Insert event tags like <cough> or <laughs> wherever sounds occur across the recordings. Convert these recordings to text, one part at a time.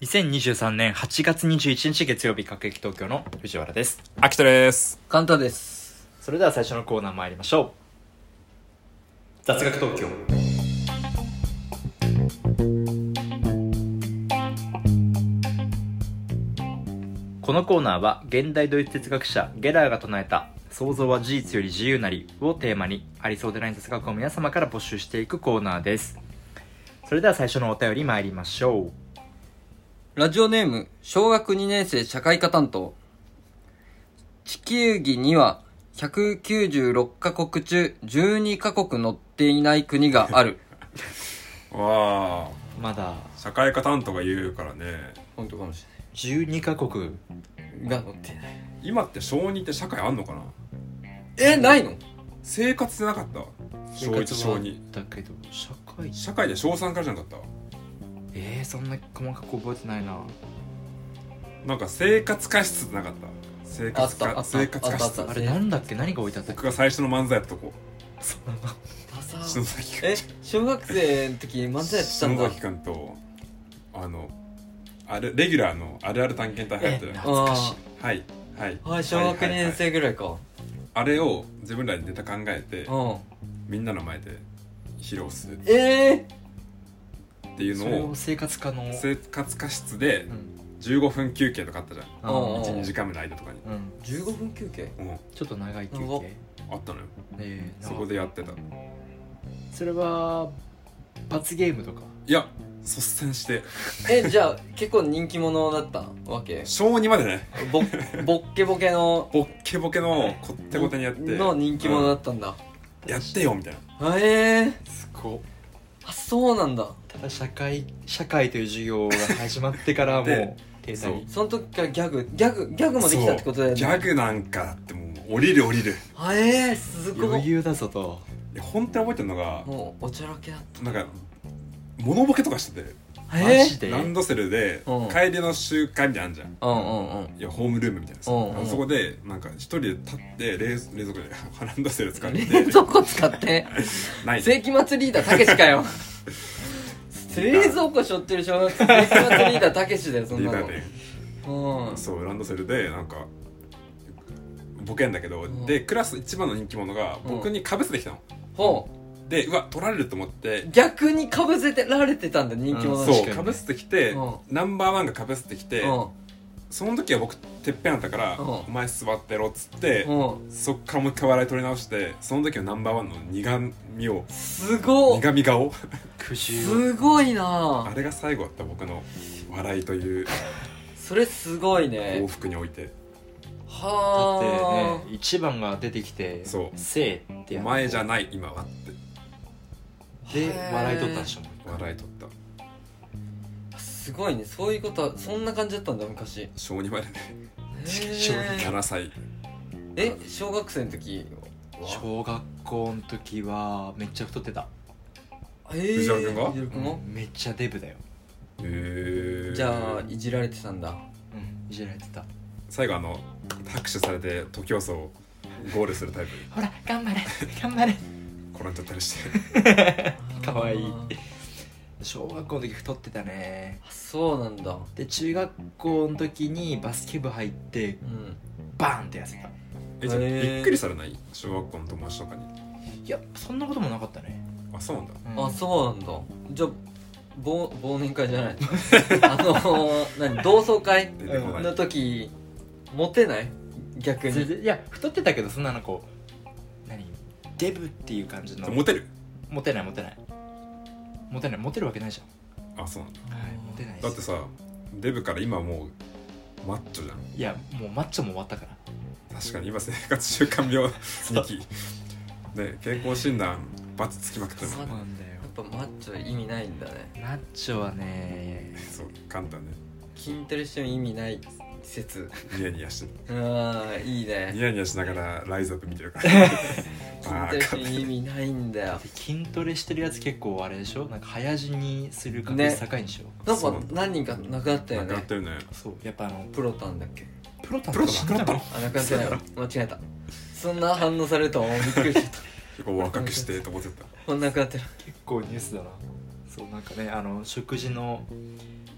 2023年8月21日月曜日、各駅東京の藤原です。アキトです。簡単です。それでは最初のコーナー参りましょう。雑学東京。このコーナーは現代ドイツ哲学者ゲラーが唱えた「想像は事実より自由なり」をテーマにありそうでない哲学を皆様から募集していくコーナーですそれでは最初のお便り参りましょうラジオネーム、小学2年生社会科担当。地球儀には196カ国中12カ国載っていない国がある。わあ、まだ社会科担当が言うからね。本当かもし12カ国れない。が載っていない。今って小二って社会あんのかなえ、ないの生活ってなかった小一小二だけど社会社会で小三からじゃなかっえー、そんな細かく覚えてないなたなんか生活科室ってなかった生活あった科あった生活科あった室あったあれなんだっけ何が置いてあったっけ僕が最初の漫才やったとこそうなの篠崎君え、小学生の時に漫才やってたん篠だ崎。君とあのあれレギュラーのあるある探検隊入ったよえね懐かしいはいはいはい、小学2年生ぐらいか。あれを自分らでネタ考えてうん。みんなの前で披露するっえてい <laughs> うそれのをを生活可能生活科室でー、うん。 15分休憩とかあったじゃんあーうん1 2時間目の間とかに、うん15分休憩うん、ちょっと長い休長っ憩あったのよえー、そこでやってたいそれは罰ゲームとかや率先してえ、じゃあ結構人気者だったわけ小2までねぼ、ぼっけぼけ <laughs> の、ボッケボケのこってこてにやっての人気者だうったんだ。んやってよみたいなあえー、すごあそうなんだただ社会社会という授業が始まって <laughs> からはもでう停そ滞うその時からギャグギャグギャグもできたってことだよギねャグなんかだってもう降りる降りるあえー、すご余い裕だぞといや本当に覚えてるのがもうおちゃらけだっなんかモノボケとかしてたマジえてでランドセルでうん帰りの集会みたいなのあんじゃんー、うんうんうんいやホームルームみたいなさうんうんあそこでなんか一人で立って冷冷蔵庫で <laughs> ランドセル使って冷蔵庫使ってない世紀末リーダーたけしかよ冷蔵庫背負ってる小学生世紀末リーダーたけしだよそんリーなダのーでうんそうランドセルでなんかボケんだけど、んでクラス一番の人気者がうん僕にかぶせてきたの、ほでうわ取られると思ってう逆にかぶせてられてたんだ人気う者んだしそ確かにねうかぶせてきて、うんナンバーワンがかぶせてきて、その時は僕てっぺんだったから、うんお前座ってろっつって、うんうんそっからもう一回笑い取り直してその時はナンバーワンの苦みをすごっ苦み顔苦渋すごいなあれが最後だった僕の笑いというそれすごいね幸福においてだっはあてね一番が出てきてそうせーっ「ておや前じゃない今は」ってでへー笑い取ったでしょ笑い取ったすごいねそういうことはそんな感じだったんだ昔へ小2までねー7歳え小学生の時小学校の時はめっちゃ太ってたえー藤原君が藤原君もめっちゃデブだよ、へーじゃあいじられてたんだうん、いじられてた最後あの拍手されて徒競走をゴールするタイプほら頑張れ <laughs> 頑張れ転んじゃったりしてかわいいあー小学校の時太ってたねあそうなんだで中学校の時にバスケ部入ってうんバーンって痩せたえじゃあへーびっくりされない小学校の友達とかにいやそんなこともなかったね、あそうなんだうんあそうなんだじゃあ忘忘年会じゃないあのー何同窓会出てこない、の時モテない逆全に然いや太ってたけどそんなのこう何デブっていう感じのモテるモテないモテないモテないモテるわけないじあそうなんだゃん、はい、モテないしだってさデブから今もうマッチョじゃんいやもうマッチョも終わったから確かに今生活習慣病2期ね健康診断バツつきまくってるもんそうなんだよやっぱマッチョ意味ないんだねマッチョはねそう簡単ね筋トレしても意味ない説ニヤニヤしてるああいいねニヤニヤしながらライズアップ見てるから筋トレしても意味ないんだよで筋トレしてるやつ結構あれでしょなんか早死にする確ね率高いんでしょ、なんそうかなんだ何人か亡くなったよなくなっねてるねそうやっぱあのプロタンだっけプロタンプロ亡くなったのあ亡くなってないわ間違えたそんな反応されるとはびっくりしちゃった結構若くしてと思 <laughs> ってたこんなくなってる結構ニュースだなそうなんかねあの食事の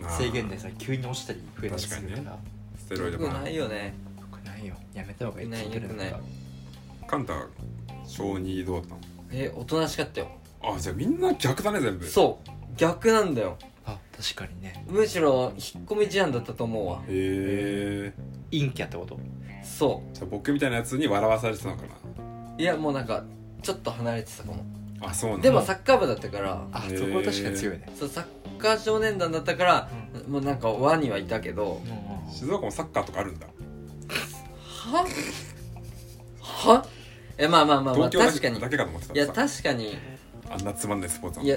あー制限でさ急に落ちたり増えたりするから確ステロイドよく版ないよねよくないよやめた方がいいよくない続けるのがよくなカンタ小2どうだったえおとなしかったよのあじゃあみんな逆だね全部そう逆なんだよあ確かにねむしろ引っ込み思案だったと思うわへえ陰キャってことそじゃあ僕みたいなやつに笑わされてたのかういやもうなんかちょっと離れてたかもなあそうなんだでもサッカー部だったからあへーそこは確かに強いねそうサッカー少年団だったから、もうなんか輪にはいたけど静岡もサッカーとかあるんだははえまあまあまあ、ま東あ、京だ確かけにだけかと思ってたいやさ確かにあんなつまんないスポーツないや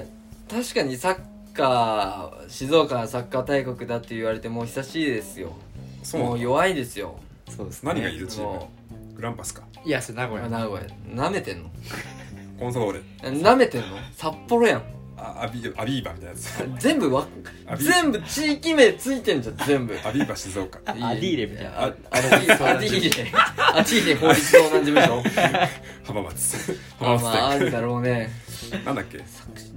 確かにサッカー静岡はサッカー大国だって言われてもう久しいですよそうなもんうだ弱いですよそうですね何がいるチームもグランパスかいやそれ名古う屋名古屋なめてんのコンソドーレなめてんの札幌やんあアビアビーバみたいなやつ <laughs> 全部わアビー全部地域名ついてんじゃん全部アビーバ静岡あアディーレみたいなあアディーアディーレアディーレ法律相談事務所浜 <laughs> 松ま浜あ松まああるだろうね店なんだっけ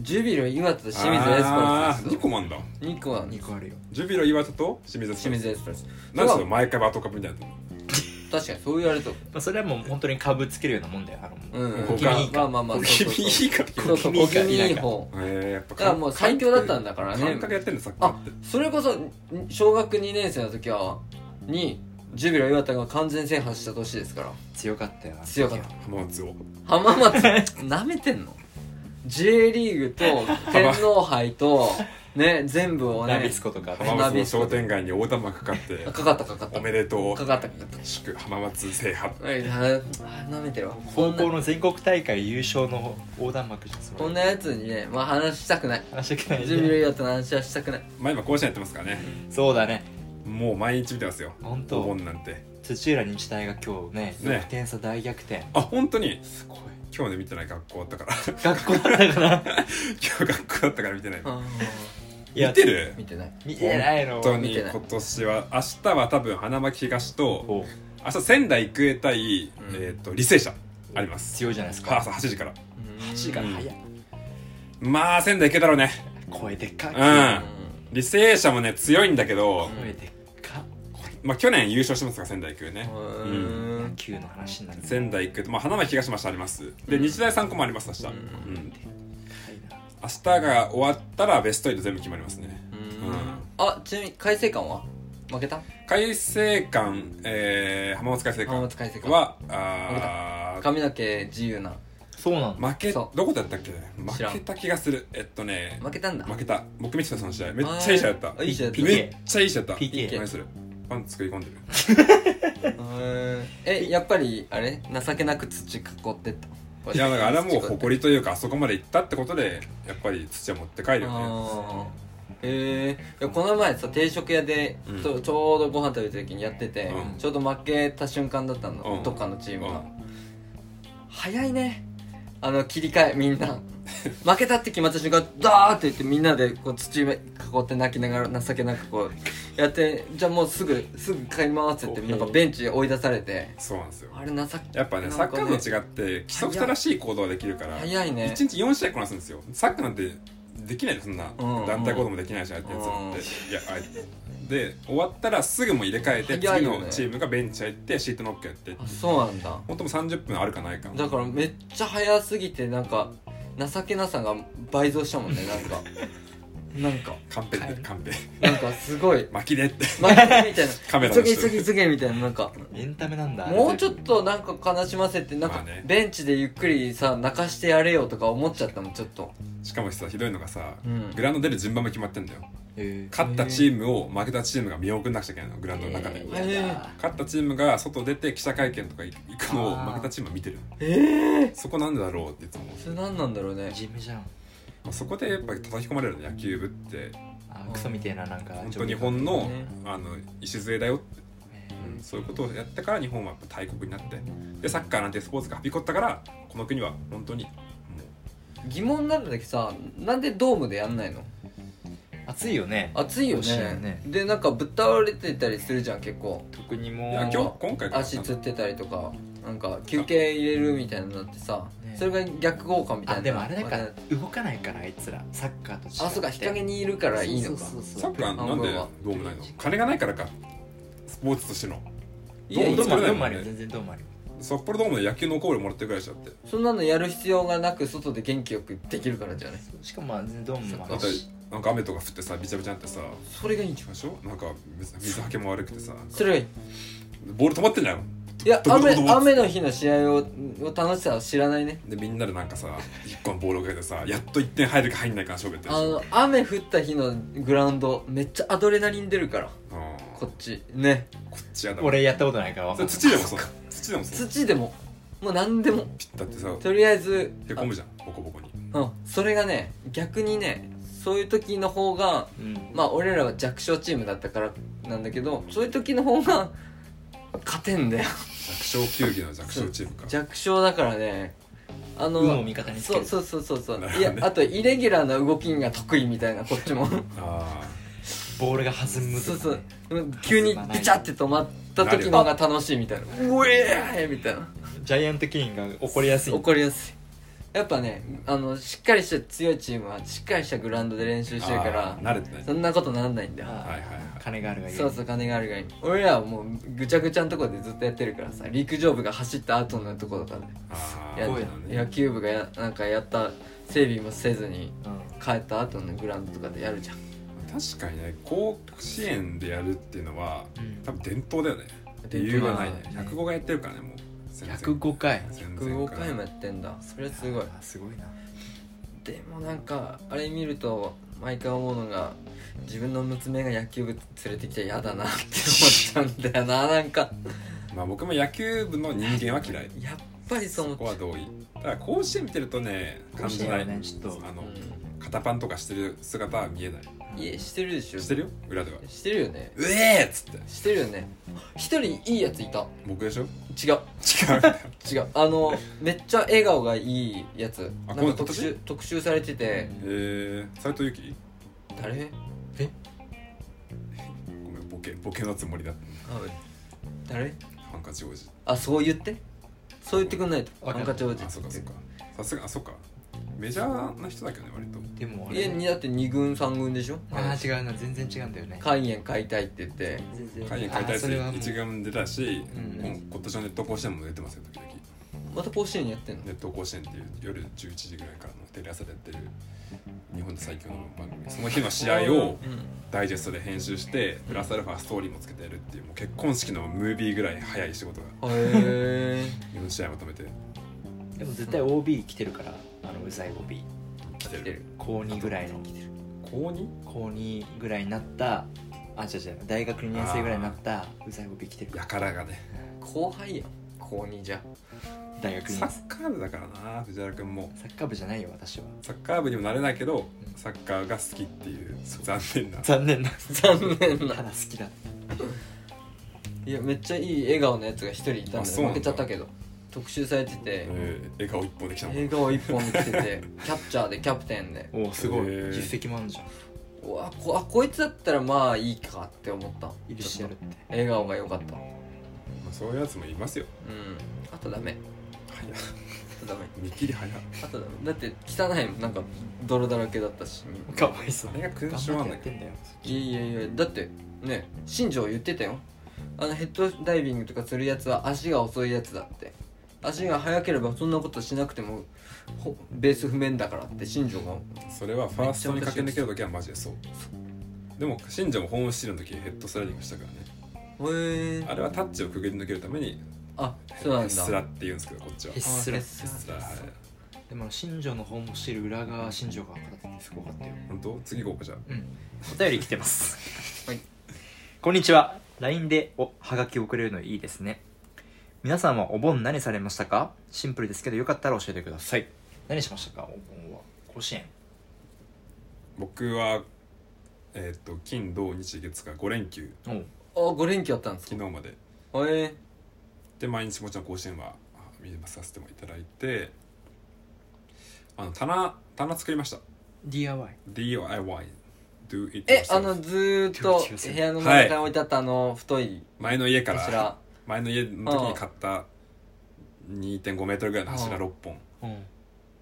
ジュビロ岩田と清水エスパあルスー2個もあんだ2個は2個あるよジュビロ岩田と清水清水エスパルス何その毎回バトカップみたいな確かにそう言われるとまあそれはもう本当に株つけるようなもんだよあのうんうん小気味いいまあかまあまあそう君そういいかそうそう小小気気味味いいかいい方えー、やっぱだからもう最強だったんだからね感覚やってんのサッカーあってそれこそ小学2年生の時はにジュビロ岩田が完全制覇した年ですから強かったよあの時強かった浜松を浜 <laughs> 松なめてんの J リーグと天皇杯とね全部をナビねスコとか浜松の商店街に大玉かかってかかったかかったおめでとうかかったかかった祝浜松制覇はいなあなめてるわ高校の全国大会優勝の横断幕じゃんそれこんなやつにねまあ話した <laughs> くない話したくないジュビロね岩田の話はしたくないまあ今甲子園やってますからねそうだねもう毎日見てますよ本お盆当なんて土浦日大が今日ねね6点差大逆転あ本当にすごい今日ね見てない学校だったから <laughs> 学校だったかな今日学校だったから見てないあいや <laughs> 見てる見てない見てないの本当に見てない今年は明日は多分花巻東とお明日仙台育英対、んえー、と履正社あります強いじゃないですか朝8時から8時から早いまあ仙台育英だろうね声でっかうんう履正社もね強いんだけど、声でっかまあ、去年優勝してますから仙台育英ね、んうん野球の話になるでっ仙台育英と、まあ、花巻東も明日ありますで日大三高もあります明日、ううんかいな明日が終わったらベスト8全部決まりますねうんうんあちなみに改正官は負けた開成館、えー浜松開成浜館松改正官はあー髪の毛自由なそうなの負けどそこだったっけ知ら負んけた気がするえっとね負けたんだ負けた僕見てたその試合めっちゃいい試合だっあたいい試合だったピめケっちゃいい試合だった PK 何するパンツ食い込んでるうんえやっぱりあれ情けなく土囲ってった <laughs> いやだからあれはもうり誇りというかあそこまで行ったってことでやっぱり土は持って帰るよねあーえー、いやこの前さ定食屋でうんとちょうどご飯食べた時にやってて、うんちょうど負けた瞬間だったの、うんどっかのチームが、うん早いねあの切り替えみんな負けたって決まった瞬間ダーって言ってみんなでこう土囲って泣きながら情けなくこうやってじゃあもうすぐすぐ帰りますって言ってなんかベンチへ追い出されてそうなんですよあれ情けやっぱねなんサかッカーと違って規則正しい行動ができるから早いね1日4試合こなすんですよサッカーなんてできないよそんなうん団体行動もできないしあやつなんてうんいやあれで終わったらすぐもう入れ替えて早い次よねのチームがベンチ入ってシートノックやってあそうなんだ本当もう30分あるかないかだからめっちゃ早すぎてなんか情けなさが倍増したもんねなん <laughs> かなんかカンペ出てるカンペ <laughs> なんかすごい巻きでってマジでみたいなカメラ急のげ人急げ急げみたいななんかエンタメなんだもうちょっとなんか悲しませてなんまかあねベンチでゆっくりさ泣かしてやれよとか思っちゃったもんちょっとしかもさひどいのがさうんグラウンド出る順番も決まってんだよえ勝ったチームを負けたチームが見送んなくちゃいけないのグラウンドの中でえーやだ勝ったチームが外出て記者会見とか行くのをあー負けたチームは見てるええそこなんでだろうっていつも思うそれ何なんだろうねいじめじゃんまあそこでやっぱり叩き込まれるの野球部ってあクソみてえななんか本当日本のねあの礎だよって、えうんそういうことをやったから日本はやっぱ大国になってでサッカーなんていうスポーツがはびこったからこの国は本当にも疑問なんだけどさなんでドームでやんないのー暑いよね暑いよ甲子園ねでなんかぶっ倒れてたりするじゃん結構特にういもうやあ今日今回から足つってたりとかなんか休憩入れるみたいになってさねそれが逆効果みたいなあでもあれだかわらん動かないからあいつらサッカーと違ってあそうか日陰にいるからいいのかそうそうそうサッカーなんでドームないの金がないからかスポーツとしてのいやどうどうもあるどどううももああるるよ全然どうもあるよ札幌ドームで野球のコールもらってるぐらいじゃってそんなのやる必要がなく外で元気よくできるからじゃないしかもまあ全然ドームもあだっるてしなんか雨とか降ってさびちゃびちゃになってさそれがいいんじゃんでしょなんか水水はけも悪くてさそれがいいボール止まってんじゃんいやどこど雨こどこ雨の日の試合をを楽しさは知らないねでみんなでなんかさ1個のボールをかけてさやっと1点入るか入んないか勝負やってるあでしょの雨降った日のグラウンドめっちゃアドレナリン出るからあーここっちねこっちやだ俺やったことないから分そかんれない土でもそう土でもそう土でももう何でもだってさとりあえずへこむじゃんボコボコにあうんそれがね逆にねそういう時の方がうんまあ俺らは弱小チームだったからなんだけどそういう時の方が勝てんだよ弱小球技の弱小チームか弱小だからねあの運を味方につけそうるそうそうそうそう、なるほいどやねあとイレギュラーな動きが得意みたいなこっちもあボールが弾むそうとそかうね急にビチャって止まった時の方が楽しいみたいな「うえー!」みたいなジャイアントキリンが怒りやすい怒りやすいやっぱねあのしっかりした強いチームはしっかりしたグラウンドで練習ーしてるからあー慣れてないそんなことなんないんだよあはいはいはい金があるがゆえそうそう金があるがいい俺らはもうぐちゃぐちゃのところでずっとやってるからさ陸上部が走った後のところとかあであやこうるやじゃん野球部がやなんかやった整備もせずにうん帰った後のグラウンドとかでやるじゃん確かにね甲子園でやるっていうのはうん多分伝統だよね伝統だね理由はないね105がやってるからねもう全然105回全然5回もやってんだそれはすごいあすごいなでもなんかあれ見ると毎回思うのが自分の娘が野球部連れてきたら嫌だなって思っちゃうんだよな <laughs> なんかまあ僕も野球部の人間は嫌いやっぱりそそのこは同意ただ甲子園見てるとね感じない甲子園はねちょっとあのう肩パンとかしてる姿は見えないんいえしてるでしょしてるよ裏ではしてるよねうえーっつってしてるよね一人いいやついた僕でしょ <laughs> 違違うう違うあのめっちゃ笑顔がいいやつあなんこかの特今集特集されててえー、斎藤由貴誰ごめんボケボケのつもりだったあ誰ハンカチ王子あそう言ってそう言ってくんないとわかハンったカチ王子あそうかそうかさすがあそうかメジャーな人だけどね割とでもあ家にれだって2軍3軍でしょあー違うな全然違うんだよね肝炎買いたいって言って全然海外大あそれはも会う一軍出たし、うんもう今年のネット甲子園も出てますよ時々また甲子園やってんのネット甲子園っていう夜11時ぐらいからのテレ朝でやってる日本で最強の番組その日の試合をダイジェストで編集してプラスアルファストーリーもつけてやるっていうもう結婚式のムービーぐらい早い仕事がうんへえ4試合まとめてでも絶対 OB 来てるからあのうざい OB 来て来てるる高2ぐらいの高 2? 高2ぐらいになったあ違う違う大学2年生ぐらいになったうざい OB 来てるやからがね後輩やん高2じゃ大学2サ年生ッカー部だからな藤原君もサッカー部じゃないよ私はサッカー部にもなれないけどんサッカーが好きっていう残念な残念な残念ただな好きだいやめっちゃいい笑顔のやつが一人いたんあでそうなんだ負けちゃったけど特集されててえー笑顔一本できたもん笑顔一本見て <laughs> てキャプチャーでキャプテンでおおすごいへー実績もあるじゃんうわこあこいつだったらまあいいかって思った許してやるって笑顔が良かったうんまあそういうやつもいますよあとダメ早っあとダメ見切り早っあとダメだって汚いもんなんか泥だらけだったしかわいそうあれが勲頑章張なっんてだやってけどんだよいやいやいやだってね新庄言ってたよあのヘッドダイビングとかするやつは足が遅いやつだって足が速ければそんなことしなくてもほベース不面だからって新庄がそれはファーストに駆け抜ける時はマジでそうでも新庄もホームスチールの時ヘッドスライディングしたからねへえあれはタッチをくぐり抜けるためにあそうなヘんだスラって言うんですけどこっちはへヘっすらあへっすらスラはいでも新庄の方もしてる裏側新庄が分かっててすごかったよ本当次行こうかじゃあうんお便り来てます <laughs> はいこんにちは LINE でおはがき送れるのいいですね皆さんはお盆何されましたかシンプルですけどよかったら教えてください何しましたかお盆は甲子園僕はえっ、と金土日月が5連休おうあ5連休あったんです昨か日までへえで毎日もちろん甲子園は見させてもいただいてあの棚棚作りました DIY DIY Do it え yourself あのずーっと違う違う部屋の中に置いてあったあの太い前の家から柱前の家の時に買った2.5メートルぐらいの柱うん6本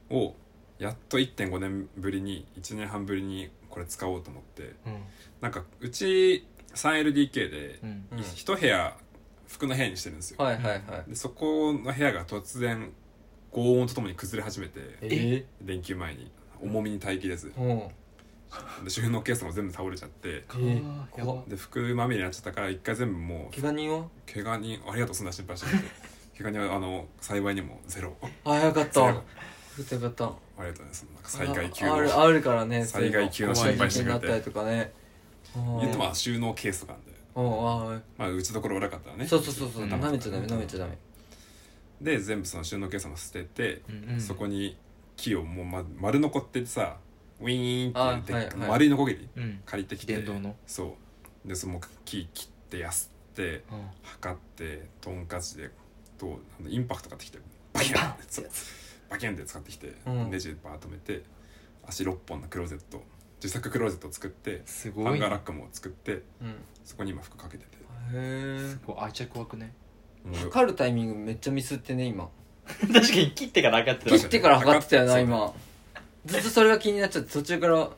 うんをやっと1.5年ぶりに1年半ぶりにこれ使おうと思ってうんなんかうち 3LDK でうんうん一部屋服の部屋にしてるんですよ、はいはいはい。でそこの部屋が突然轟音とともに崩れ始めてえ連休前に重みに耐えきれずうん。えで主婦のケースも全部倒れちゃってあーやば怖っで服まみれになっちゃったから一回全部もう怪我人は怪我人ありがとうそんな心配してくれて怪我人はあの幸いにもゼロあ、よかっゼロた。ふてかった。ありがとうねそのなんか災害級あある、のあるからね。災害級の心配してくれてそういうの怖い事件になったりとかね。言ってまあ収納ケースとかあるんでうん、あまあ打ちどころ悪かったらあ、ねそうそうそうそう、うん舐めちゃダメ、舐めちゃダメ。で全部その収納ケースも捨てて、うんうんそこに木をもう、ま、丸のこってさウィーンってあやはっいて、はい丸いのこぎりうん借りてきて電動のそうでその木切ってやすってうん測ってトンカチでどうあのインパクト買ってきてバキャンってそうバキャンって使ってきて、うんネジでバーッとめて足6本のクローゼット自作クローゼットを作ってすハごンいガーラねックも作ってうん。そこに今服かけててへすごい愛着湧く <laughs> ねもえ。う測るタイミングめっちゃミスってね、今。確かに切ってから上がってた確切っかにてから測ってたよな、そう今。ずっとそれが気になっちゃって、途中から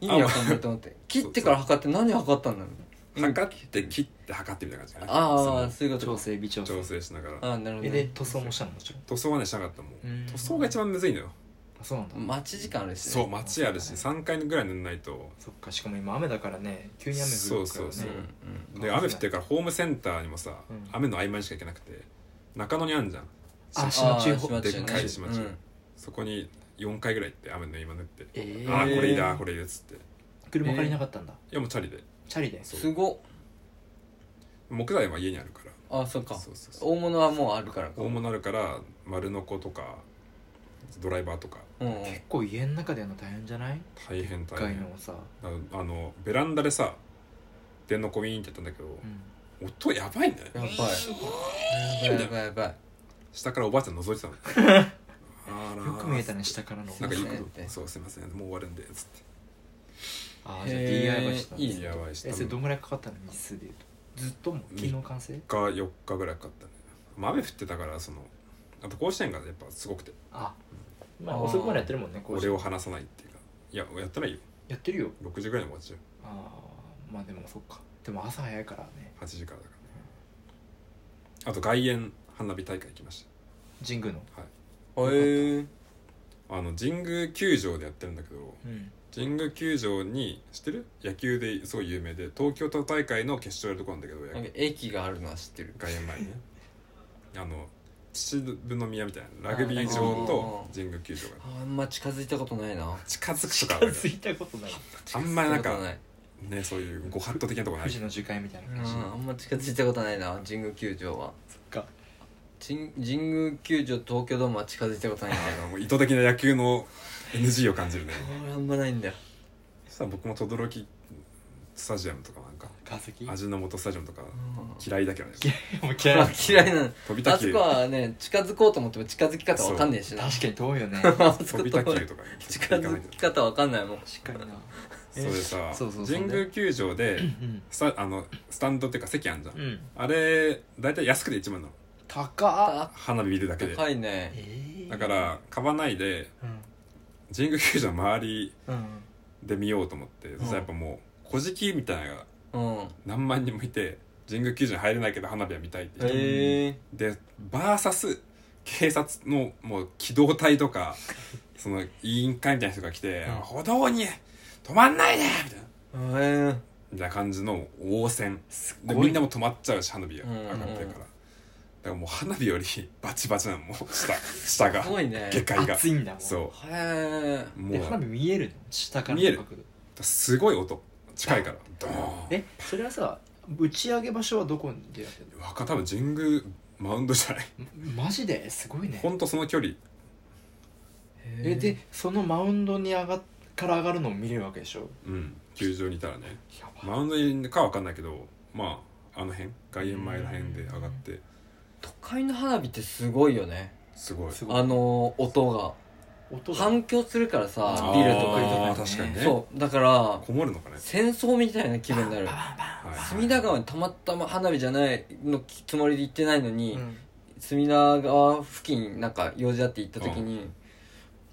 意味わかんないと思って。切ってから測って何測ったんだろう測って切って測ってみたいな感じかなああ、そそういうこと調か。整微調の整調整しながらああ、なるほえどでね。塗装もしたのもちろん塗装はねしなかったもんうん塗装が一番むずいのよあそうなんだ待ち時間あるしね。そう街あるしそう3回ぐらい塗んないとそっかしかも今雨だからね急に雨降るからねそうそううん。んで雨降ってるからホームセンターにもさうん雨の合間にしか行けなくて中野にあんじゃんあああ、島中報島中でっかい島中うんそこに4回ぐらい行って雨の合間塗ってえーああこれいいだこれいいだっつってい車借りなかったんだやもうチャリでチャリでそうすごっ木材は家にあるからあそっかそうそうそう大物はもうあるからか大物あるから丸ノコとかドライバーとかうんうん結構家の中でやるの大変じゃない大変一大回変のさああのベランダでさ電のコウィーンってやったんだけど、うん音やばいんだよやばいやばいやばいやばい下からおばあちゃん覗いてたの <laughs> あらーよく見えたね下からのなんかいいすいませんっことてそうすいませんもう終わるんでつってああじゃあへー DIY してたんだいいねやばいしえそれどがんぐらいかかったの日数でいうとずっともう昨日完成4日ぐらいかかったねまあ雨降ってたからそのあと甲子園がやっぱすごくてあまああー遅くまでやってるもんねこう俺を離さないっていうかいややってないよやってるよ6時ぐらいに終わっちゃああまあでもそっかでも朝早いからねう8時からだからあと外苑花火大会行きまし神宮のたはいへえあの神宮球場でやってるんだけどうん神宮球場に知ってる野球ですごい有名で東京都大会の決勝やるとこなんだけど野球なんか駅があるのは知ってる外苑前にねあの秩父宮みたいなラグビー場と神宮球場があんま近づいたことないな近づくと近かあるづいたことないあんまりなん近づいたことかいねそういうご法度的なとこな富い士の樹海みたいなう感じんあんま近づいたことないな神宮球場はか神神宮球場東京ドームは近づいたことないんだよあのもう意図的な野球の NG を感じるね俺あんまないんだよそしたら僕も轟スタジアムとかなんか川崎味の素スタジアムとかうん嫌いだけどねもう嫌いなあの嫌いなの飛びあたそ球こはね近づこうと思っても近づき方わかんねえしな確かに遠いよねあそ飛こびとた思球うとか近づき方わかんないもん確かにな <laughs> そうでさそうそうそう神宮球場でうんスタあのスタンドっていうか席あんじゃん、うんあれ大体安くて1万なの高っ花火見るだけで高いねえだから買わないでうん神宮球場の周りうんで見ようと思って、そしたらやっぱもう「古事記」みたいなのがうん何万人もいて神宮球場に入れないけど花火は見たいっていう人もへえでバーサス警察のもう機動隊とかその委員会みたいな人が来てう「ん歩道に止まんないで!」みたいなへみたいな感じの応戦すでごいみんなも止まっちゃうし花火がうん上がってるから、だからもう花火よりバチバチなのもう <laughs> 下下えがすごいね下界が熱いんだもんそへうでも花火う見えるの下から見えるの角度すごい音近いからドーンえそれはさ打ち上げ場所はどこでやってるわか多分神宮マウンドじゃないのマジですごいねほんとその距離ええでそのマウンドに上がから上がるのを見れるわけでしょうん球場にいたらねやばマウンドかわかんないけどまああの辺外苑前ら辺で上がって都会の花火ってすごいよねすごいすごいあのー音が音が反響するからさあービルとかにあーとかにね確かにねそうだからこもるのかね戦争みたいな気分になるバンバンはい隅田川にたまたま花火じゃないのつもりで行ってないのに、バン隅田川付近なんか用事あって行った時に、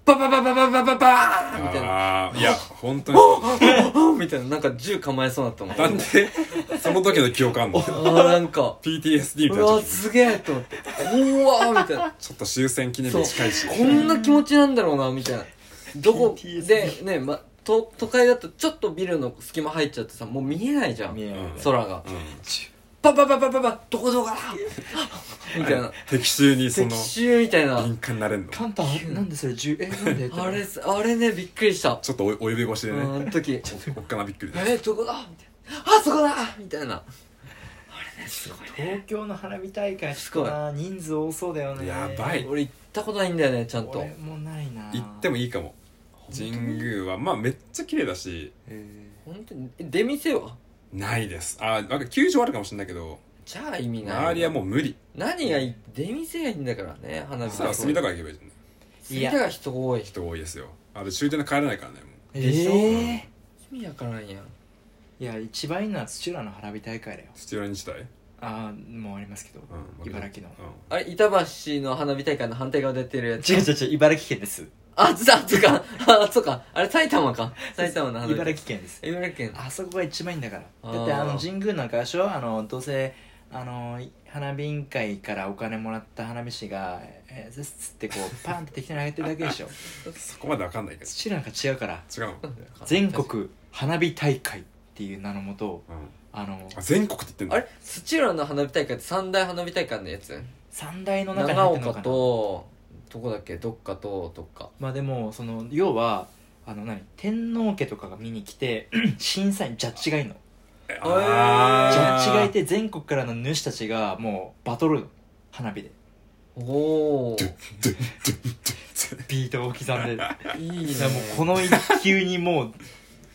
ババババババババーンみたいなああいや本当にそあみたいななんか銃構えそうになったもんうなんでその時の記憶あん <laughs> のあーなんか PTSD みうたいわなすげえと思ってうわーみたいなちょっと終戦記念そう日近いしこんな気持ちなんだろうなみた <laughs> いなどこでね、ま、と都会だとちょっとビルの隙間入っちゃってさもう見えないじゃん見えないうん空がうんパパパパパパど <laughs> こどこだみたいな敵襲にその敵襲みたいな敏感になれんのちカンタなんでそれ10えなん <laughs> であれあれねびっくりしたょっとおお呼び越しうでんねあの時おっかなびっくりでえどこだみたいなあそこだみたいなあれねすごい東京の花火大会すごいな人数多そうだよやばい俺行ったことないんだよねちゃんと俺もないな行ってもいいかも神宮はまあめっちゃ綺麗だしへ本当に出店はないですあーなんか球場あるかもしれないけどじゃあ意味ない周りはもう無理何がいい出店がいいんだからね花火さあ隅田川行けばいいじゃん隅田川人多い人多いですよあれ終点で帰れないからねもうえでしょえ隅田からんやえいや一番いいのは土浦の花火大会だよ土浦日大、うんああもうありますけどまた、茨城のうあれ板橋の花火大会の反対側出てるやつ違う違う違う茨城県ですあっちだあっちかあっちかあれ埼玉か埼玉の花火茨城県です茨城県あそこが一番いいんだからあーだってあの神宮なんかでしょあのどうせあの花火委員会からお金もらった花火師が「えー、ずっつ」ってこ <laughs> うパンって適当に上げてるだけでしょんそこまでわかんないけど土なんか違うから違うの、うん、全国花火大会っていう名のもとあのあ全国って言ってんだあれ土浦の花火大会って三大花火大会のやつ三大の中に長入ってるの岡かなとどこだっけどっかとどっかまあでもその要はあの何天皇家とかが見に来て <clears throat> 審査員ジャッジがいるのえジャあッジーがいて全国からの主たちがもうバトル花火でおおいドゥいンドゥンドゥンドゥンビートを刻んでだかねらもうこの一球にもう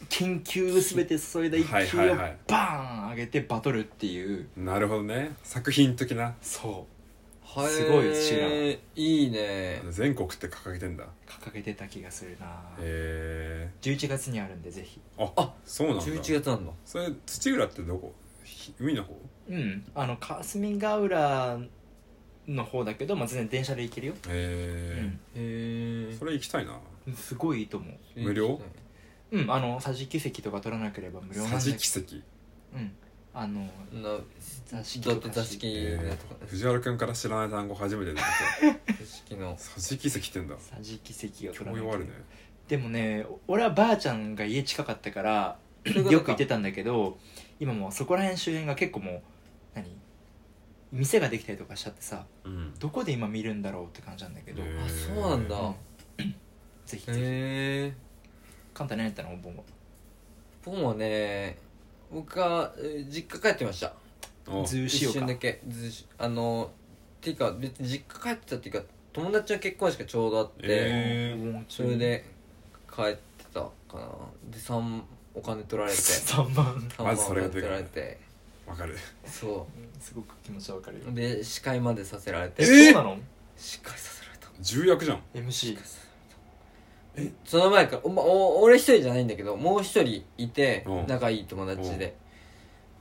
研究全て注いだ一球はいをはいはいバーン上げてバトルっていうなるほどね作品的なそはすごい土浦いいね全国って掲げてんだう掲げてた気がするなへ11月にあるんでぜひえー、ああそうなんだ11月なんだそれ土浦ってどこひ海の方うんあの霞ヶ浦の方だけど、まあ、全然電車で行けるよ、へへえ、えそれ行きたいなうん、すごいいいと思う無料うん、あの桟敷席とか取らなければ無料なんだ桟けど敷席うんあのな座敷だと座敷えのやつー藤原君から知らない単語初めて出てき座敷たの桟敷席って言うんだ桟敷席が取ら教な養けあれるばねでもねお俺はばあちゃんが家近かったからそういうことかよく行ってたんだけど今もうそこら辺周辺が結構もう何店ができたりとかしちゃってさうんどこで今見るんだろうって感じなんだけど、へあそうなんだうへんぜひぜひ、え簡単にやったのお盆は僕はね僕はえー実家帰ってましたおずーし一よう瞬かだけずしあのっていうか別に実家帰ってたっていうか友達の結婚式がちょうどあって、えお盆それで帰ってたかなで3お金取られ <laughs> て3万3まずそれがでお金取かいられてわかるそすごく気持ちはわかるようで司会までさせられてええそうなの司会させられた重役じゃん MC えその前からお、ま、お俺一人じゃないんだけどもう一人いてうん仲いい友達で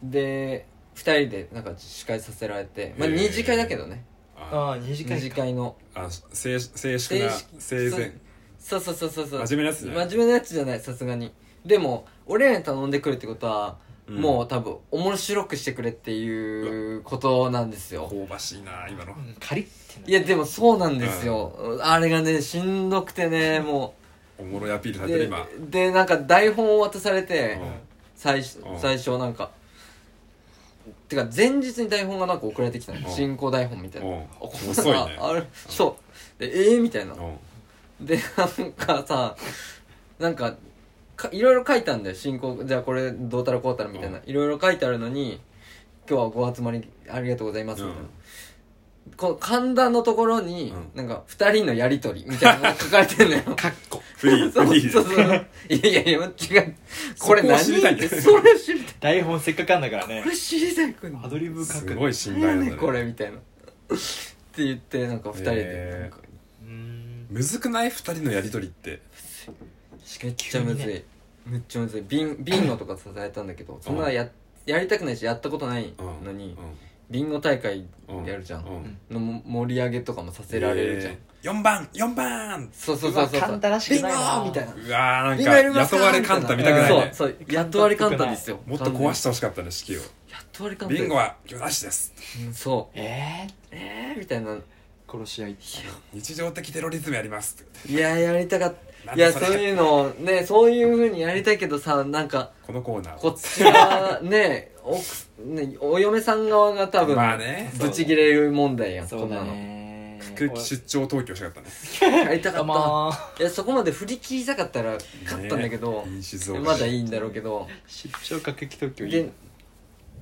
で二人でなんか司会させられてまあへー二次会だけどねあああ2時間二次会のあ正正式な正生式前そうそうそうそうそう真面目なやつじゃない真面目なやつじゃないさすがにでも俺らに頼んでくるってことは、うんもう多分面白くしてくれっていうことなんですよ香ばしいな今のうんカリッてないやでもそうなんですよ、あれがねしんどくてねもおもろいアピールさうれてるで今でなんか台本を渡されて、う最初うん最初なんかてか前日に台本がなんか送られてきたうんの進行台本みたいなうんあこんな遅いねあれそうでええみたいなんうんでなんかさなんかかいろいろ書いたんだよ進行じゃあこれどうたらこうたらみたいなういろいろ書いてあるのに今日はご集まりありがとうございますみたいな、この寒暖のところに、うなんか2人のやりとりみたいなのが書かれてんのよかっこフリー <laughs> そうフリーそうそういやいやいや違うこれそこを何知りたいんだよそれ知りたい台本せっかくあんだからねこれ知りたいこれアドリブ書すくごい信頼何だやねねんこれみたいなって言ってなんか2人でへーなんかうーんむずくない二人のやりとりってめっちゃむず急い、にねめっちゃむずい瓶瓶のとか支えたんだけどそんなややりたくないしやったことないのうにんビンゴ大会うんやるじゃんうの盛り上げとかもさせられるじゃん、えー、4番4番そうそうそうそううわカンタらしくないなビンゴーみたいなうわーみんなやりなんまかすか雇われカンタ見たくないねそうそう雇われカンタですよもっと壊してほしかったね式を雇われカンタビンゴは今日なしですうんそうええー、みたいなー、殺し合い日常的テロリズムやりますいややりたかっなんいだやそそれういうのをねそういうふうにやりたいけどさなんかこのコーナーこっち側ね奥ねお嫁さん側が多分まあねブチギレる問題やんそこうんだなのね空気出張東京したかったねやりたかたっまたいやそこまで振り切りたかったら勝ったんだけど、ねいい静岡まだいいんだろうけど出張各駅東京いいで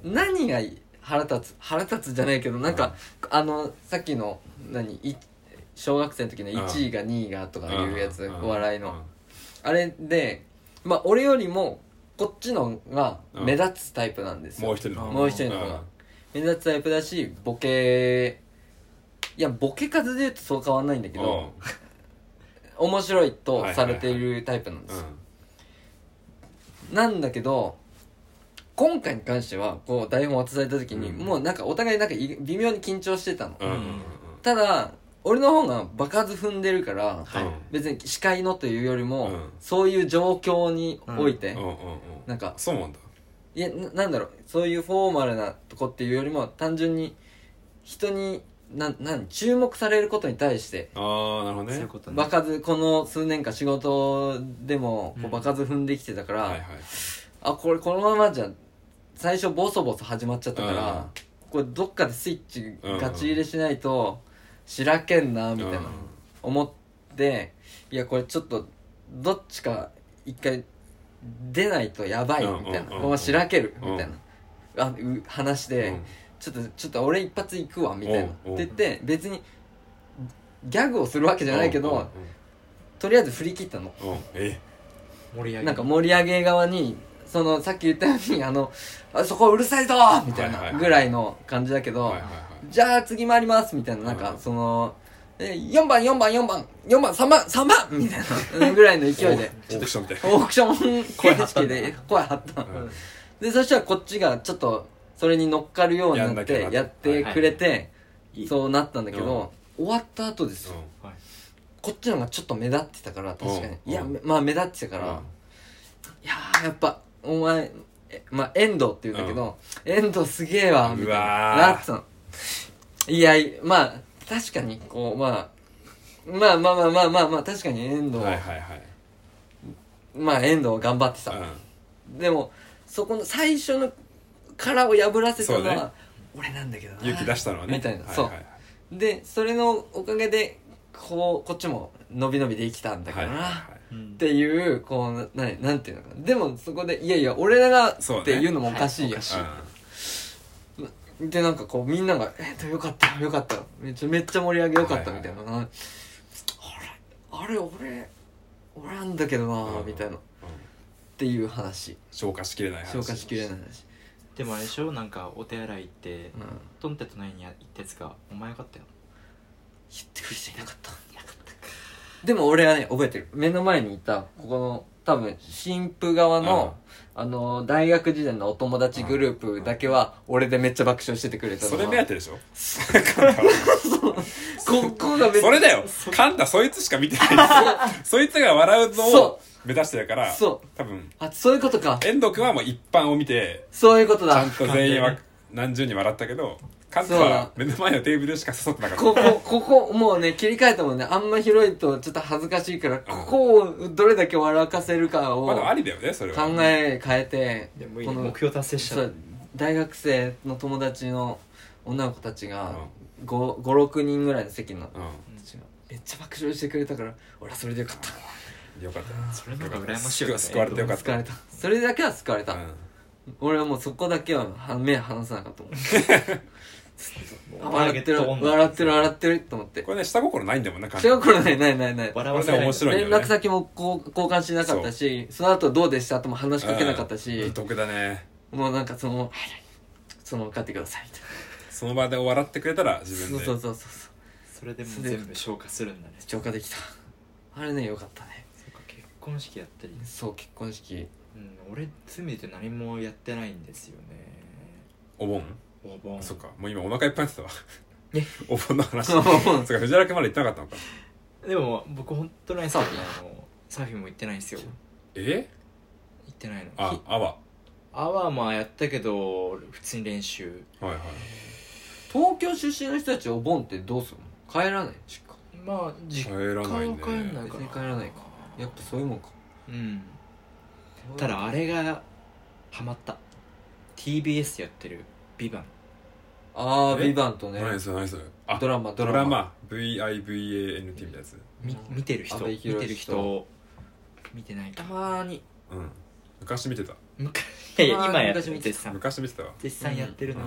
何が腹立つ腹立つじゃないけどなんか、あのさっきの何い小学生の時の1位が2位がとかいうやつ、んんお笑いの、あれでまあ俺よりもこっちのが目立つタイプなんですうんよ、もう一人のもう一人の子が目立つタイプだしボケいやボケ数で言うとそう変わんないんだけうんうんど面白いとされているタイプなんですよ、なんだけど今回に関してはこう台本渡された時に、うんもうなんかお互いなんかい微妙に緊張してたの、うんうんうんただ俺の方が場数踏んでるから、はい別に司会のというよりも、うんそういう状況において、うんうんうんうなんんかそうなんだいやななんだろうそういうフォーマルなとこっていうよりも単純に人になんなん注目されることに対してああなるほどそういねうことね場数この数年間仕事でもこううん場数踏んできてたから、はいはいあこれこのままじゃ最初ボソボソ始まっちゃったから、うんこれどっかでスイッチガチ入れしないとしらけんなみたいな、うん思っていやこれちょっとどっちか一回出ないとやばいみたいな、うんうんうんうこんのまましらけるみたいなう、あう話で、ちょっとちょっと俺一発いくわみたいな、うんうんって言って別にギャグをするわけじゃないけど、とりあえず振り切ったのうんうんうんうんえ盛り上げなんか盛り上げ側にそのさっき言ったようにあのあそこうるさいぞーみたいはいはいなはいぐらいの感じだけど、はいはいはいじゃあ次回りますみたいななんうかんその、えー4番4番4番4番3番3番みたいなぐらいの勢いでオークションみたいなオークション形式で声張ったうんでそしたらこっちがちょっとそれに乗っかるようになってやんなきゃなってやってくれて、いいそうなったんだけど、終わった後ですよ、はいこっちの方がちょっと目立ってたから確かに、うんいやうんまあ目立ってたから、うんいやーやっぱお前えまあ遠藤って言うんだけど、遠藤すげえわみたいなうわーなってたのいやいまあ確かにこうまあまあまあまあまあまあ、まあ、確かに遠藤、はいはいはいまあ遠藤は頑張ってた、でもそこの最初の殻を破らせたのそうねは、俺なんだけどな勇気出したのはねみたいなはそうははでそれのおかげでこうこっちも伸び伸びできたんだからな、はいはいうんっていうこうななんていうのかなでもそこでいやいや俺らがそうねっていうのもおかしいやし、はいでなんかこうみんなが「えっとよかったよかっためっちゃめっちゃ盛り上げよかった」みたいな、あれあれ俺俺なんだけどな、うんみたいうんうなっんていう話消化しきれない話消化しきれない話、でもあれでしょなんかお手洗い行ってうん、言トンテとないにや行ったやつがお前よかったよってくる人いなかった <laughs> でも俺はね覚えてる目の前にいたここの多分新婦側の、あの大学時代のお友達グループだけは俺でめっちゃ爆笑しててくれたのそはれ目当てでしょ <laughs> ここが別それだよカンタそいつしか見て <laughs> ないんですよそいつが笑うのをそ目指してるからそ多分あそういうことか遠藤君はもう一般を見てそういうことちゃだんと全員は何十人笑ったけどカンタは目の前のテーブルしか誘ってなかったここここもうね切り替えたもんねあんま広いとちょっと恥ずかしいからここをどれだけ笑かせるかをまあでも考ありだよねそれはえ変えてでもいいこねの目標達成しそたう大学生の友達の女の子たちが56人ぐらいの席の子うたちがめっちゃ爆笑してくれたから俺はそれでよかったんよかったそれの方が羨ましいよかった救われてよかっ救たわれたそれだけは救われた、うん俺はもうそこだけはは目離さなかったもんあ笑笑っっててるる笑ってる笑ってると思ってこれね下心ないんだもんなカンタ小学校のないないないない笑わせないこれね面白いよね連絡先もこう交換しなかったしその後どうでしたとも話しかけなかったうんし得だねもうなんかその「その分かってください」みたいその場で笑ってくれたら自分なでそうそうそうそうそれでもう全部消化するんだね浄化できたあれねよかったねそうか結婚式やったり、そう結婚式うん、俺罪で何もやってないんですよねお盆お盆そっかもう今お腹いっぱいになってえたわ <laughs> お盆の話 <laughs> おそっ盆か藤原君まで行ってなかったのかでも僕本当ないですよサーフィンあのサーフィンも行ってないんですよえ行ってないのあひあわアワーまあやったけど普通に練習はいはい東京出身の人たちお盆ってどうするの帰らない実家まあ帰実家らはないね帰んない別かにら帰らないかやっぱそういうもんかうんただあれがハマった TBS でやってる「ビバンああえビバンとね何それ何それあドラマドドラマラマ VIVANT みたいなやつみ見てる人阿部見寛てる人見てないたかまーにうん昔見てた昔いやいやまあ今やって昔る見て絶賛昔見てたわ絶賛やってるの、うん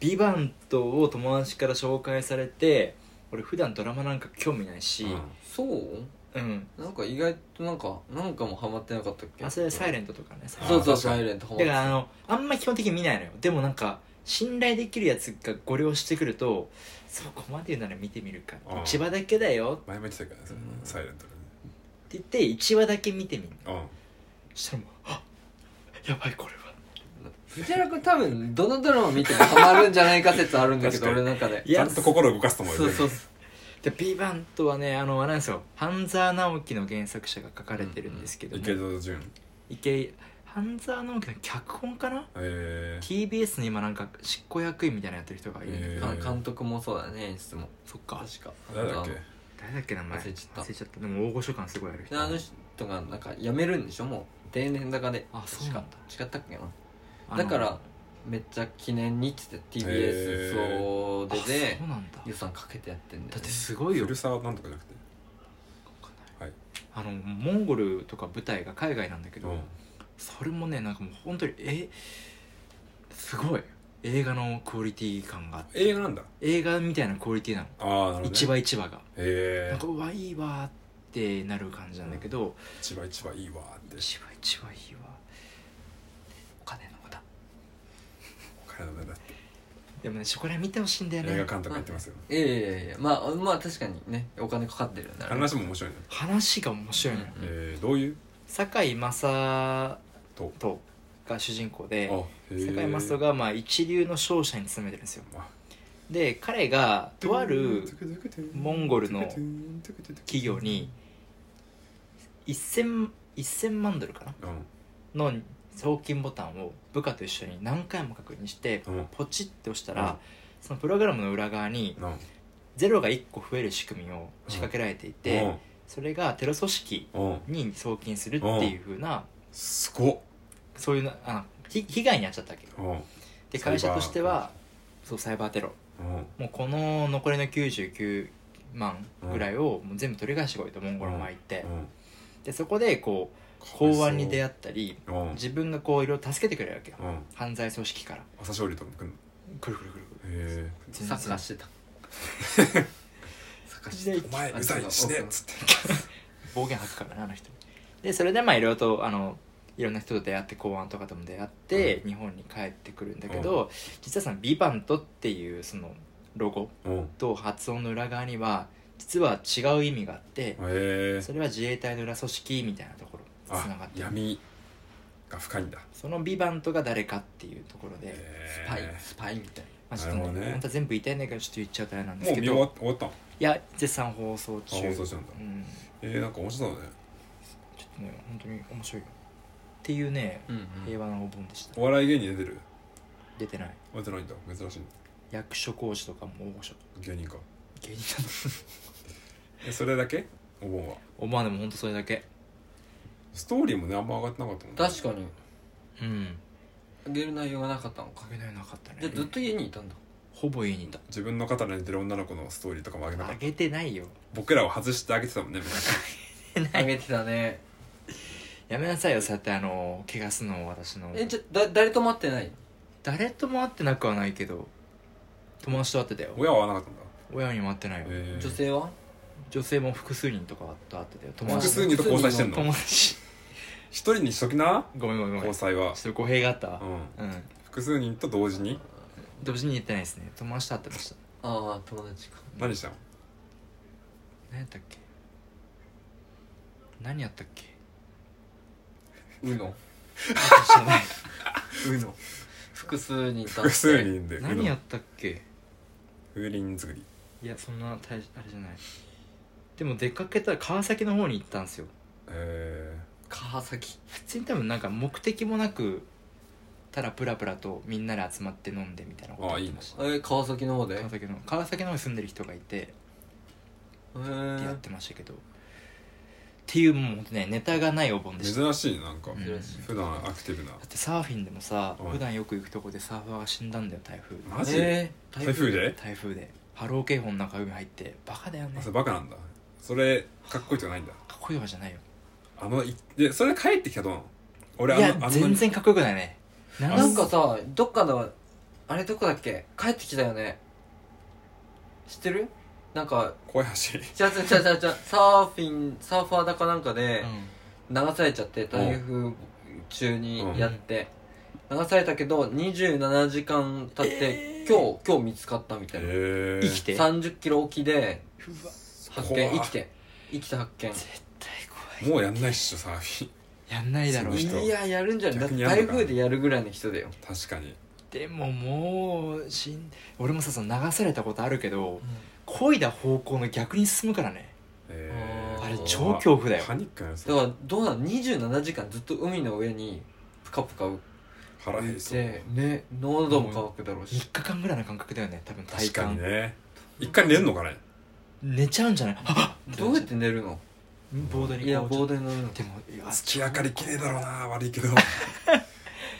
ビバントを友達から紹介されて俺普段ドラマなんか興味ないしうんそううん、なんか意外となんかなんかもハマってなかったっけあそれサイレントとかねサイレンそうそうあー確かサにイレントハマトっだてかたらあのあんま基本的に見ないのよでもなんか信頼できるやつがご利用してくるとそこまで言うなら見てみるかあー1話だけだよ前も言ってたからねそれねサイレントでねって言って1話だけ見てみるうんそしたらもうあやばいこれは藤原君多分どのドラマ見てもハマるんじゃないか説あるんだけど確か俺にの中でいやちゃんと心を動かすと思うよそうそうそうで「ビバントはねあのあれなんですよ半沢直樹の原作者が書かれてるんですけど、ね池田純池井半沢直樹の脚本かなえ TBS の今なんか執行役員みたいなのやってる人がいるんだけど、へーあ監督もそうだね演出もそっか確かー誰だっけ誰だっけ名前忘れちゃっ忘たれちゃったでも大御所感すごいあるで人あの人がなんか辞めるんでしょもう定年高であそうなんだ違ったっけなあのだからめっちゃ記念にっつってへ TBS 総あ出でそうなんだ予算かけてやってんだだよっねてすごいよ古澤なんとかじゃなくてあのモンゴルとか舞台が海外なんだけど、うんそれもねなんかもう本当にえすごい映画のクオリティ感があって映画なんだ映画みたいなクオリティなのああなるほどね一話一話がなへんえかうわいいわーってなる感じなんだけど一話一話いいわーって一話一話いいわお金の無駄お金の無駄ってでもねそこら辺見てほしいんだよ映画ね監督やってますよいやいやいやまあまあ確かにねお金かかってるよねあれ話も面白いね話が面白いのようんえーどういう堺雅と人が主人公あで堺雅人ががまあ一流の商社に勤めてるんですよで彼がとあるモンゴルの企業に1000 1000万ドルかなうの送金ボタンを部下と一緒に何回も確認してんうんポチって押したうんらそのプログラムの裏側にうんゼロが1個増える仕組みを仕掛けられていてそれがテロ組織うんうんに送金するっていう風なすごっそういうなあのひ被害に遭っちゃったわけうんでサイ会バー社としてはそうサイバーテロうんもうこの残りの99万ぐらいをもう全部取り返してこいとモンゴルも行ってでそこでこう公安に出会会ったりうんうん自分がこういろいろ助けてくれるわけよ犯罪組織から朝青龍とかも来んのくるくるくるへ全サ然ッカーしてたサッカーしてでえお前うざい死ねっつって暴言吐くからねあの人でそれでまあいろいろとあのいろんな人と出会って公安とかとも出会って、日本に帰ってくるんだけど、実はその「ビバントっていうそのロゴうんと発音の裏側には実は違う意味があって、へえそれは自衛隊の裏組織みたいなところつながあってる闇が深いんだその「ビバントが誰かっていうところで、へースパイスパイみたいまあちょっとねなるほどね本当は全部言いたいんだけどちょっと言っちゃうとあれなんでもすうけ見ど終わっ終わったのいや絶賛放送あ中放送したんだうん、えーなんか面白そうだねちょっとね本当に面白いよっていうねな平和なお盆でしたお笑い芸人出てる出てない出てないんだ珍しい役所講師とかも大御所芸人か芸人なんだえそれだけお盆はおまあでも本当それだけストーリーもねあんま上がってなかったもんね確かにうんあげる内容がなかったのかかけないなかったねじゃあずっと家にいたんだほぼ家にいた自分の肩に似てる女の子のストーリーとかもあげなかあったげてないよ僕らを外してあげてたもんね昔あげてたねやめなさいよそうやってあの怪我すのを私のえじゃあだ誰と待ってない誰とも会ってなくはないけど友達と会ってたよ親は会わなかったんだ親にも会ってないよえー女性は女性も複数人とかと会ってたよ友複達数人と交際してんの友達一人にしときなごめんごめんごめん交ちょ際はっと語弊があったわうんうん複数人と同時に同時に行ってないですね友達と会ってましたああ友達か何したの何やったっけ何やったっけうの知らないうの複数人だって複数人で何やったっけ風鈴作りいやそんな大あれじゃないでも出かけたら川崎の方に行ったんですよえ川崎普通に多分なんか目的もなくただプラプラとみんなで集まって飲んでみたいなことやっあていいなましたえー、川崎の方でへ川崎の川崎の方に住んでる人がいてえってやってましたけど、っていうもうねネタがないお盆ーでしただ珍しいなんか、ん珍しい普段アクティブなってサーフィンでもさはい普段よく行くとこでサーファーが死んだんだよ台風マジえー台風で台風で波浪警報の中海入ってバカだよねあかそっれバカなんだそれかっこいいとかないんだこいいわじゃないよあのいでそれ帰ってきたらどうなの俺あいのやあんまり全然かっこよくないねあなん7かさどっかのあれどこだっけ帰ってきたよね知ってるなんか怖い橋違う違う違う違うサーフィンサーファーだかなんかで流されちゃって台風中にやって、流されたけど27時間経って、えー今日今日見つかったみたいな、え生きて3 0キロ沖でうわ発見怖生きて生きて発見絶対怖いもうやんないっしょサーフィンやんないだろうその人いややるんじゃないだっ逆てにやる台のかな風でやるぐらいの人だよ、確かにでももうしん俺もさその流されたことあるけど漕いだ方向の逆に進むからねえーあれ超恐怖だよパニックやだそかうらどうなの27時間ずっと海の上にプカプカ浮い腹減りそうてね喉も乾くだろうし3日間ぐらいの感覚だよね多分体確か感、にね一回寝るのかね寝ちゃうんじゃないあっどうやって寝るのボードにいやボードドに乗るのでもいや月明かり綺麗だろうな悪いけど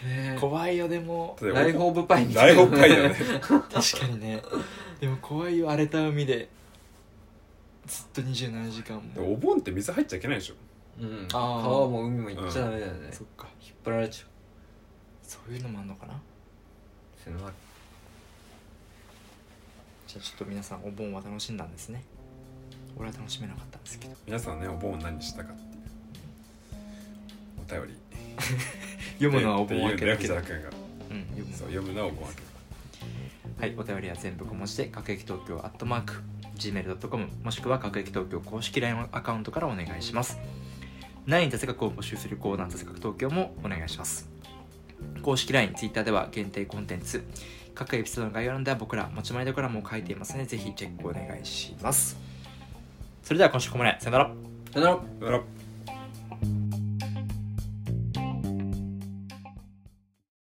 ね怖いよでもだってライフ・オブ・パインみた大いな北海だよね確かにねでも怖いよ荒れた海でずっと27時間でももお盆って水入っちゃいけないでしょうんあー川も海も行っちゃダメだよね、引っそっか張られちゃうそういうのもあんのかなそういうのもあるじゃあちょっと皆さんお盆は楽しんだんですね俺は楽しめなかったんですけど皆さんねお盆何したかっていうお便り読むのはお盆明けだけだだけだかうん読むらのそはう読むのはお盆明けはい、お便りは全部小文字で、各駅東京アットマーク、gmail.com、もしくは各駅東京公式 LINE アカウントからお願いします。何に雑学を募集するコーナー雑学東京もお願いします。公式 LINE、Twitter では限定コンテンツ、各エピソードの概要欄では僕ら持ち前でからも書いていますので、ぜひチェックお願いします。それでは今週ここまで。さよなら。さよならだから